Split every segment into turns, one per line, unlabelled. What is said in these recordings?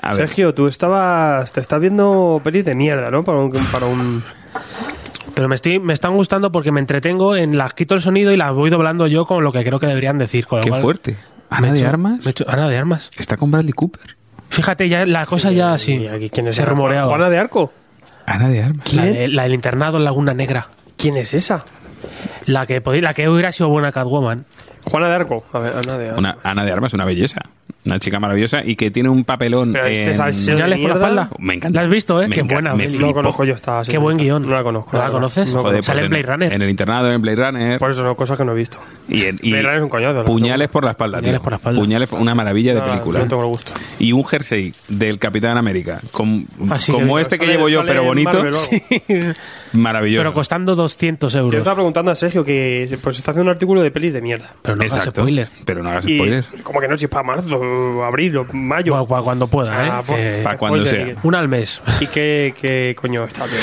A ver.
Sergio, tú estabas. Te estás viendo pelis de mierda, ¿no? Para un. Para un...
Pero me, estoy, me están gustando porque me entretengo en las quito el sonido y las voy doblando yo con lo que creo que deberían decir. Con lo
Qué
cual,
fuerte.
me
Ana
he
de
hecho-
Armas
me he hecho- Ana de Armas.
está con Bradley Cooper.
Fíjate, ya la cosa ya sí.
¿Y aquí quién es
se
esa?
rumoreaba.
Juana de Arco.
Ana de Armas.
La,
¿Quién?
de- la del internado en Laguna Negra.
¿Quién es esa?
La que, podí- la que hubiera sido buena Catwoman.
Juana de Arco. A ver, Ana de Arco.
Una, Ana de Armas es una belleza. Una chica maravillosa y que tiene un papelón.
Pero este
en-
salseo-
Señales por
mierda.
la espalda.
Me encanta.
¿La has visto, eh?
Me
Qué
encanta,
buena.
me
Bill.
No
flipo.
conozco yo esta.
Qué buen guión.
No la conozco.
¿No la
verdad.
conoces?
No la
Joder, pues
conozco.
Sale en Blade Runner.
En el internado, en Blade Runner.
Por eso son cosas que no he visto.
Y, en- y
Pues, Blade Runner es un coñazo, ¿no?
Puñales por la espalda,
Puñales
tío.
por la espalda.
Puñales por- una maravilla de
No,
película.
No tengo el gusto.
Y un jersey del Capitán América, com-
Así que
como
digo,
este que
Ah, sale-
llevo yo,
sale
pero
en
bonito,
Marvel o algo.
maravilloso.
Pero costando 200
Yo
euros.
estaba preguntando a Sergio que pues está haciendo un artículo de pelis de mierda.
Pero no hagas
Exacto.
spoiler.
Pero no hagas
Y
spoiler.
como que no, si es para marzo, o abril o mayo.
Cu- cu- Cuando pueda,
Ah,
¿eh?
pues,
Que-
Pa' cuando
spoiler.
sea.
Una al mes.
¿Y qué, qué coño está? tío?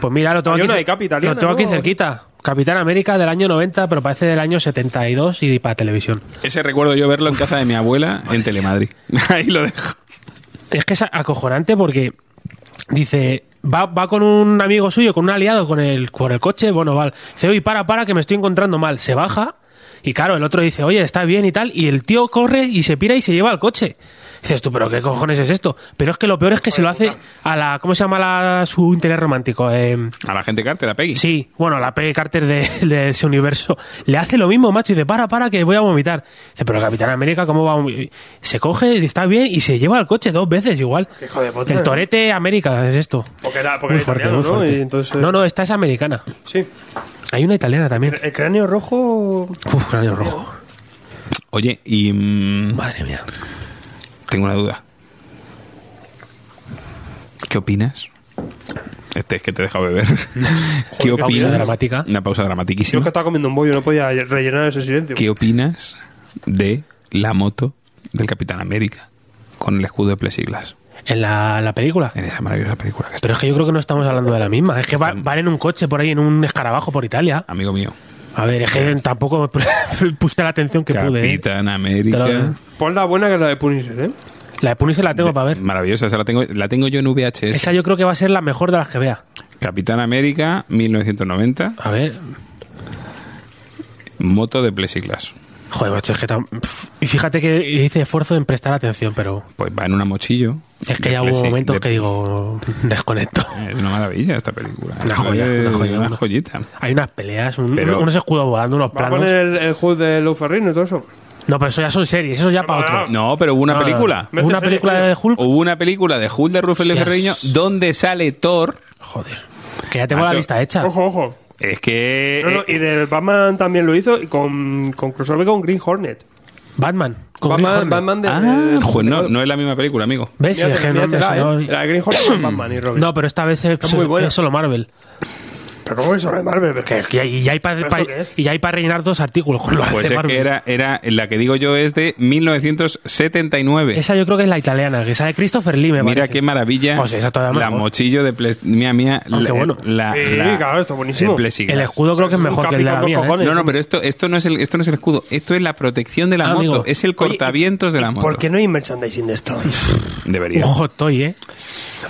Pues mira, lo tengo
Hay
aquí,
una
cer-
de capa italiana,
lo tengo aquí
¿no?
cerquita. Capitán América del año 90, pero parece del año 72 y para televisión.
Ese recuerdo yo verlo en casa de mi abuela en Telemadrid. Ahí lo dejo.
Es que es acojonante porque dice, va, va con un amigo suyo, con un aliado, con el, con el coche, bueno, va, dice, oye, para, para, que me estoy encontrando mal. Se baja y claro, el otro dice, oye, está bien y tal, y el tío corre y se pira y se lleva al coche. Dices tú, pero ¿qué cojones es esto? Pero es que lo peor es que se lo hace a la, ¿cómo se llama la, su interés romántico? Eh,
A la gente Carter, a Peggy.
Sí, bueno, la Peggy Carter de, de ese universo le hace lo mismo, macho, y dice, para, para, que voy a vomitar. Dice, pero Capitán América, ¿cómo va a vomitar? Se coge, está bien, y se lleva al coche dos veces igual.
Qué hijo de puta,
El
¿eh?
torete América es esto.
Porque era, porque era italiano, ¿no? Y entonces,
No, no, esta es americana.
Sí.
Hay una italiana también.
El cráneo rojo.
Uf, cráneo rojo.
Oye, y mm,
Madre mía.
tengo una duda. ¿Qué opinas? Este es que te deja beber. ¿Qué
qué pausa
opinas?
dramática.
Una pausa
Yo es que
dramatiquísima.
estaba comiendo un bollo, no podía rellenar ese silencio.
¿Qué opinas de la moto del Capitán América con el escudo de Plesiglas?
En la, la película.
En esa maravillosa película que está.
Pero es que yo creo que no estamos hablando de la misma. Es que va- van en un coche por ahí, en un escarabajo por Italia.
Amigo mío.
A ver, es que tampoco puse la atención que pude. ¿eh?
Capitán América.
Te lo-
Pon la buena que es la de Punisher, ¿eh?
La de Punisher la tengo para ver.
Maravillosa, esa la tengo, la tengo yo en VHS.
Esa yo creo que va a ser la mejor de las que vea.
Capitán América, 1990,
A ver.
moto de Plesiglas.
Joder, macho, es que tan... pf, Y fíjate que hice esfuerzo en prestar atención, pero
Pues va en una mochillo.
es que
de
ya hubo
plexi-
momentos
de-
que digo, desconecto.
Es una maravilla esta película.
Una joya,
Eh,
una joya,
una
una-
joyita.
Hay unas peleas, un-
Pero-
unos escudos volando, unos
Va a
planos.
poner el, el Hulk de Lou Ferrino y todo eso.
No, pero eso ya son series, eso ya para
Pero-
otro.
No, pero hubo una
No, no, no.
película.
Mete
Una
serie,
película
coño.
de Hulk.
Hubo una película de Hulk de Rufel
Hostias.
Ferreño donde sale Thor.
Joder. Que ya tengo
Macho.
la lista hecha.
Ojo, ojo.
Es que. eh,
No, no, y de Batman también lo hizo y con, con crossover con Green Hornet.
Batman. con Green
Batman,
Hornet.
Batman Eh, de.
Ah, pues no, no es la misma película, amigo.
¿Ves? Es que no,
Míratela,
eso
¿eh?
no-
La de Green Hornet con Batman y Robin.
No, pero esta vez es,
muy buena.
es solo Marvel.
Pero ¿cómo es eso de Marvel? Pero-
Que- que- y ya hay para
¿Pero esto qué es?
rellenar dos artículos con lo que
Pues
hace
es
Marvel.
que era, era. La que digo yo es de 1979.
Esa yo creo que es la italiana, que sale Christopher Lee, me
Mira
parece.
qué maravilla.
Pues esa todavía
la
mejor.
mochillo de Ples- Mía, mía.
Aunque
la,
bueno.
la-
Sí,
la-
claro, esto es buenísimo.
el Plexiglas.
El escudo creo que es
Es un
mejor que el de la
capi con
mía.
dos
¿eh?
cojones.
No, no, pero esto, esto, no es el, esto no es el escudo. Esto es la protección de la
Ah,
moto.
amigo.
Es el cortavientos de la moto.
¿Por qué no hay merchandising de esto?
Debería.
Ojo, estoy, ¿eh?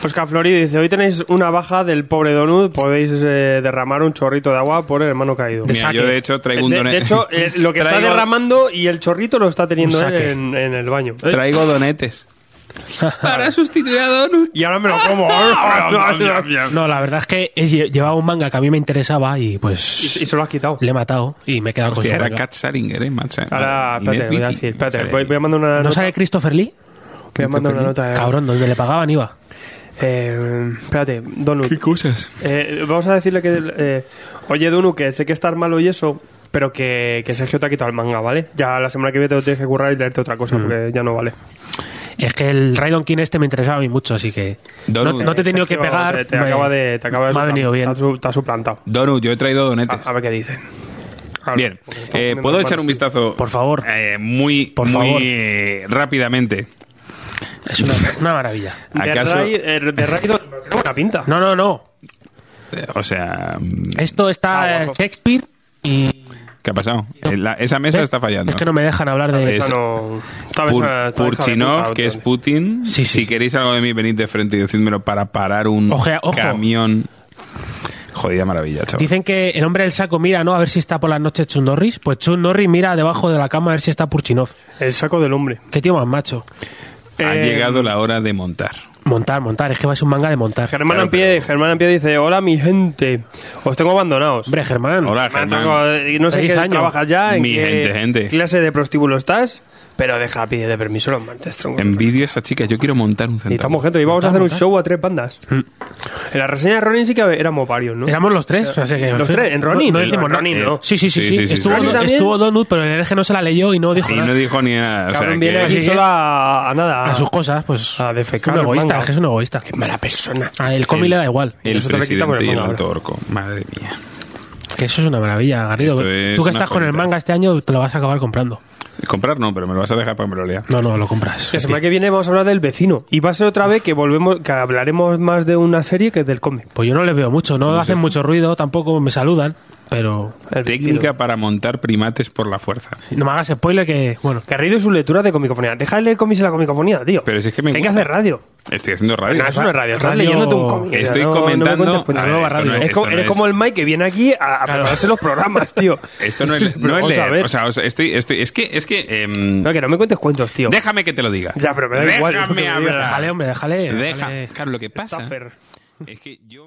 Pues que a Florida dice, hoy tenéis una baja del pobre Donut, podéis eh, derramar un chorrito de agua por el hermano caído.
De
Mira,
saque.
yo de hecho traigo un
De,
donete.
de hecho, eh, lo que está
Traigo-
derramando y el chorrito lo está teniendo
Un
él
saque.
en, en el baño. Eh,
Traigo donetes. Para sustituir a Donut.
Y ahora me lo como.
No, la verdad es que he lle- llevaba un manga que a mí me interesaba y
y,
pues
y se lo has quitado.
le he matado y me he quedado
Hostia,
con su
era
manga.
Kat Salinger, eh, macho.
Pues Ahora,
Inés
espérate, voy a
Witty.
decir, espérate,
Sale
voy, voy a mandar una
¿No
nota.
sale Christopher Lee?
Voy a mandar una nota. eh.
Cabrón, donde le pagaban iba.
Eh, espérate, Donut.
¿Qué cosas?
Eh, vamos a decirle que. eh, oye, Dunu, que sé que estás malo y eso, pero que, que Sergio te ha quitado el manga, ¿vale? Ya la semana que viene te lo tienes que currar y leerte otra
Mm.
cosa, porque ya no vale.
Es que el Raidon King este me interesaba a mí mucho, así que... No,
Donut.
no te he tenido que
Sergio,
pegar.
Te, te
me-
acaba de. Te acaba de
me ha
suplan-
venido bien.
Te ha, su- te ha suplantado.
Donut, yo he traído donetes.
A, a ver qué dicen. A ver,
Bien,
Ah, porque
eh,
estamos comiendo
¿puedo
mal,
echar un
sí.
vistazo?
Por favor.
Eh, muy,
Por
muy
favor.
eh, rápidamente.
Es una, una maravilla.
De
¿Acaso-
Rai- eh, de Raido- pero Qué buena pinta.
No, no, no.
Eh, O sea, mm,
Ah,
Esto está eh, Shakespeare y...
¿Qué ha pasado? Eh, la- esa mesa
¿Ves?
está fallando.
Es que no me dejan hablar de
Es-
eso.
Esa no- esta vez
Pur-
esa- esta vez
Purchinov,
esa-
que es Putin.
Sí, sí,
si
sí.
queréis algo de mí, venid de frente y decídmelo para parar un
Ojea, ojo.
camión. Jodida maravilla, chaval.
Dicen que el hombre del saco mira, ¿no? A ver si está por las noches Chun Norris. Pues Chun Norris mira debajo de la cama a ver si está Purchinov.
El saco del hombre.
Qué tío más macho.
ha
Eh,
llegado la hora de montar.
Montar, montar. Es que vais un manga de montar.
Germán,
Claro,
en pie, Germán en pie dice, hola mi gente, os tengo abandonados.
Hombre, Germán.
Hola,
Me han
Germán.
tocado- y no sé
Feliz
qué
año.
trabajas ya, en
Mi
qué
gente, gente.
clase de prostíbulo estás, pero deja pide de permiso los martes, tronco.
Envidio a esa chica. Yo quiero montar un centavo.
Necesitamos gente, y vamos a hacer un
Montamos,
show a tres bandas.
Mm.
En la reseña de Ronin sí que éramos varios, ¿no?
Éramos los tres. o sea que-
Los tres, en Ronin.
No, no
En
decimos nada.
Ronin, ¿no.
Sí, sí, sí.
Sí,
sí,
sí, sí,
estuvo,
sí.
estuvo,
¿También?
Donut, pero el eje no se la leyó y no dijo
Y
nada.
no dijo ni nada. o sea,
Cabrón,
que-
viene aquí
Sí, sí.
solo a, a nada.
a sus cosas, pues.
a defecar
Un
el
egoísta,
manga.
es que es un egoísta.
Qué mala persona.
A el cómic
El-
le da igual.
El
Nosotros le quitamos
presidente
el
y el
manga
alto orco. Madre mía.
Que eso es una maravilla, Garrido.
Esto es
Tú que
una
estás con el
joyita.
manga este año, te lo vas a acabar comprando.
Comprar no, pero me lo vas a dejar para que me lo lea.
No, no, lo compras.
La semana que viene vamos a hablar del vecino. Y va a ser otra vez que volvemos, que hablaremos más de una serie que del cómic.
Pues yo no les veo mucho, no hacen mucho ruido, tampoco me saludan, pero
El
Técnica
vecino.
para montar primates por la fuerza.
no me hagas spoiler que, bueno,
Garrido y sus lecturas de comicofonía. Deja de leer cómics en la comicofonía, tío.
Pero si es que me
Hay que
gusta.
hacer radio.
Estoy haciendo radio.
No, eso no es radio. Estás
radio-
leyéndote un cómic.
Estoy
No, no me
comentando-
cuentes, pues,
a
no,
ver,
va
esto
radio.
no es-
Es como-
esto no
Eres
es-
como el Mike que viene aquí a, a prepararse los programas, tío.
Esto no es,
Pero
no es
vamos a
leer.
ver.
O sea, o sea, estoy, estoy, es que, es que, em,
No, que no me cuentes cuentos, tío.
déjame que te lo diga.
Ya, pero me da
déjame
igual.
hablar.
déjale, hombre, déjale.
Deja.
déjale.
Claro, lo que pasa
Staffer.
es que yo...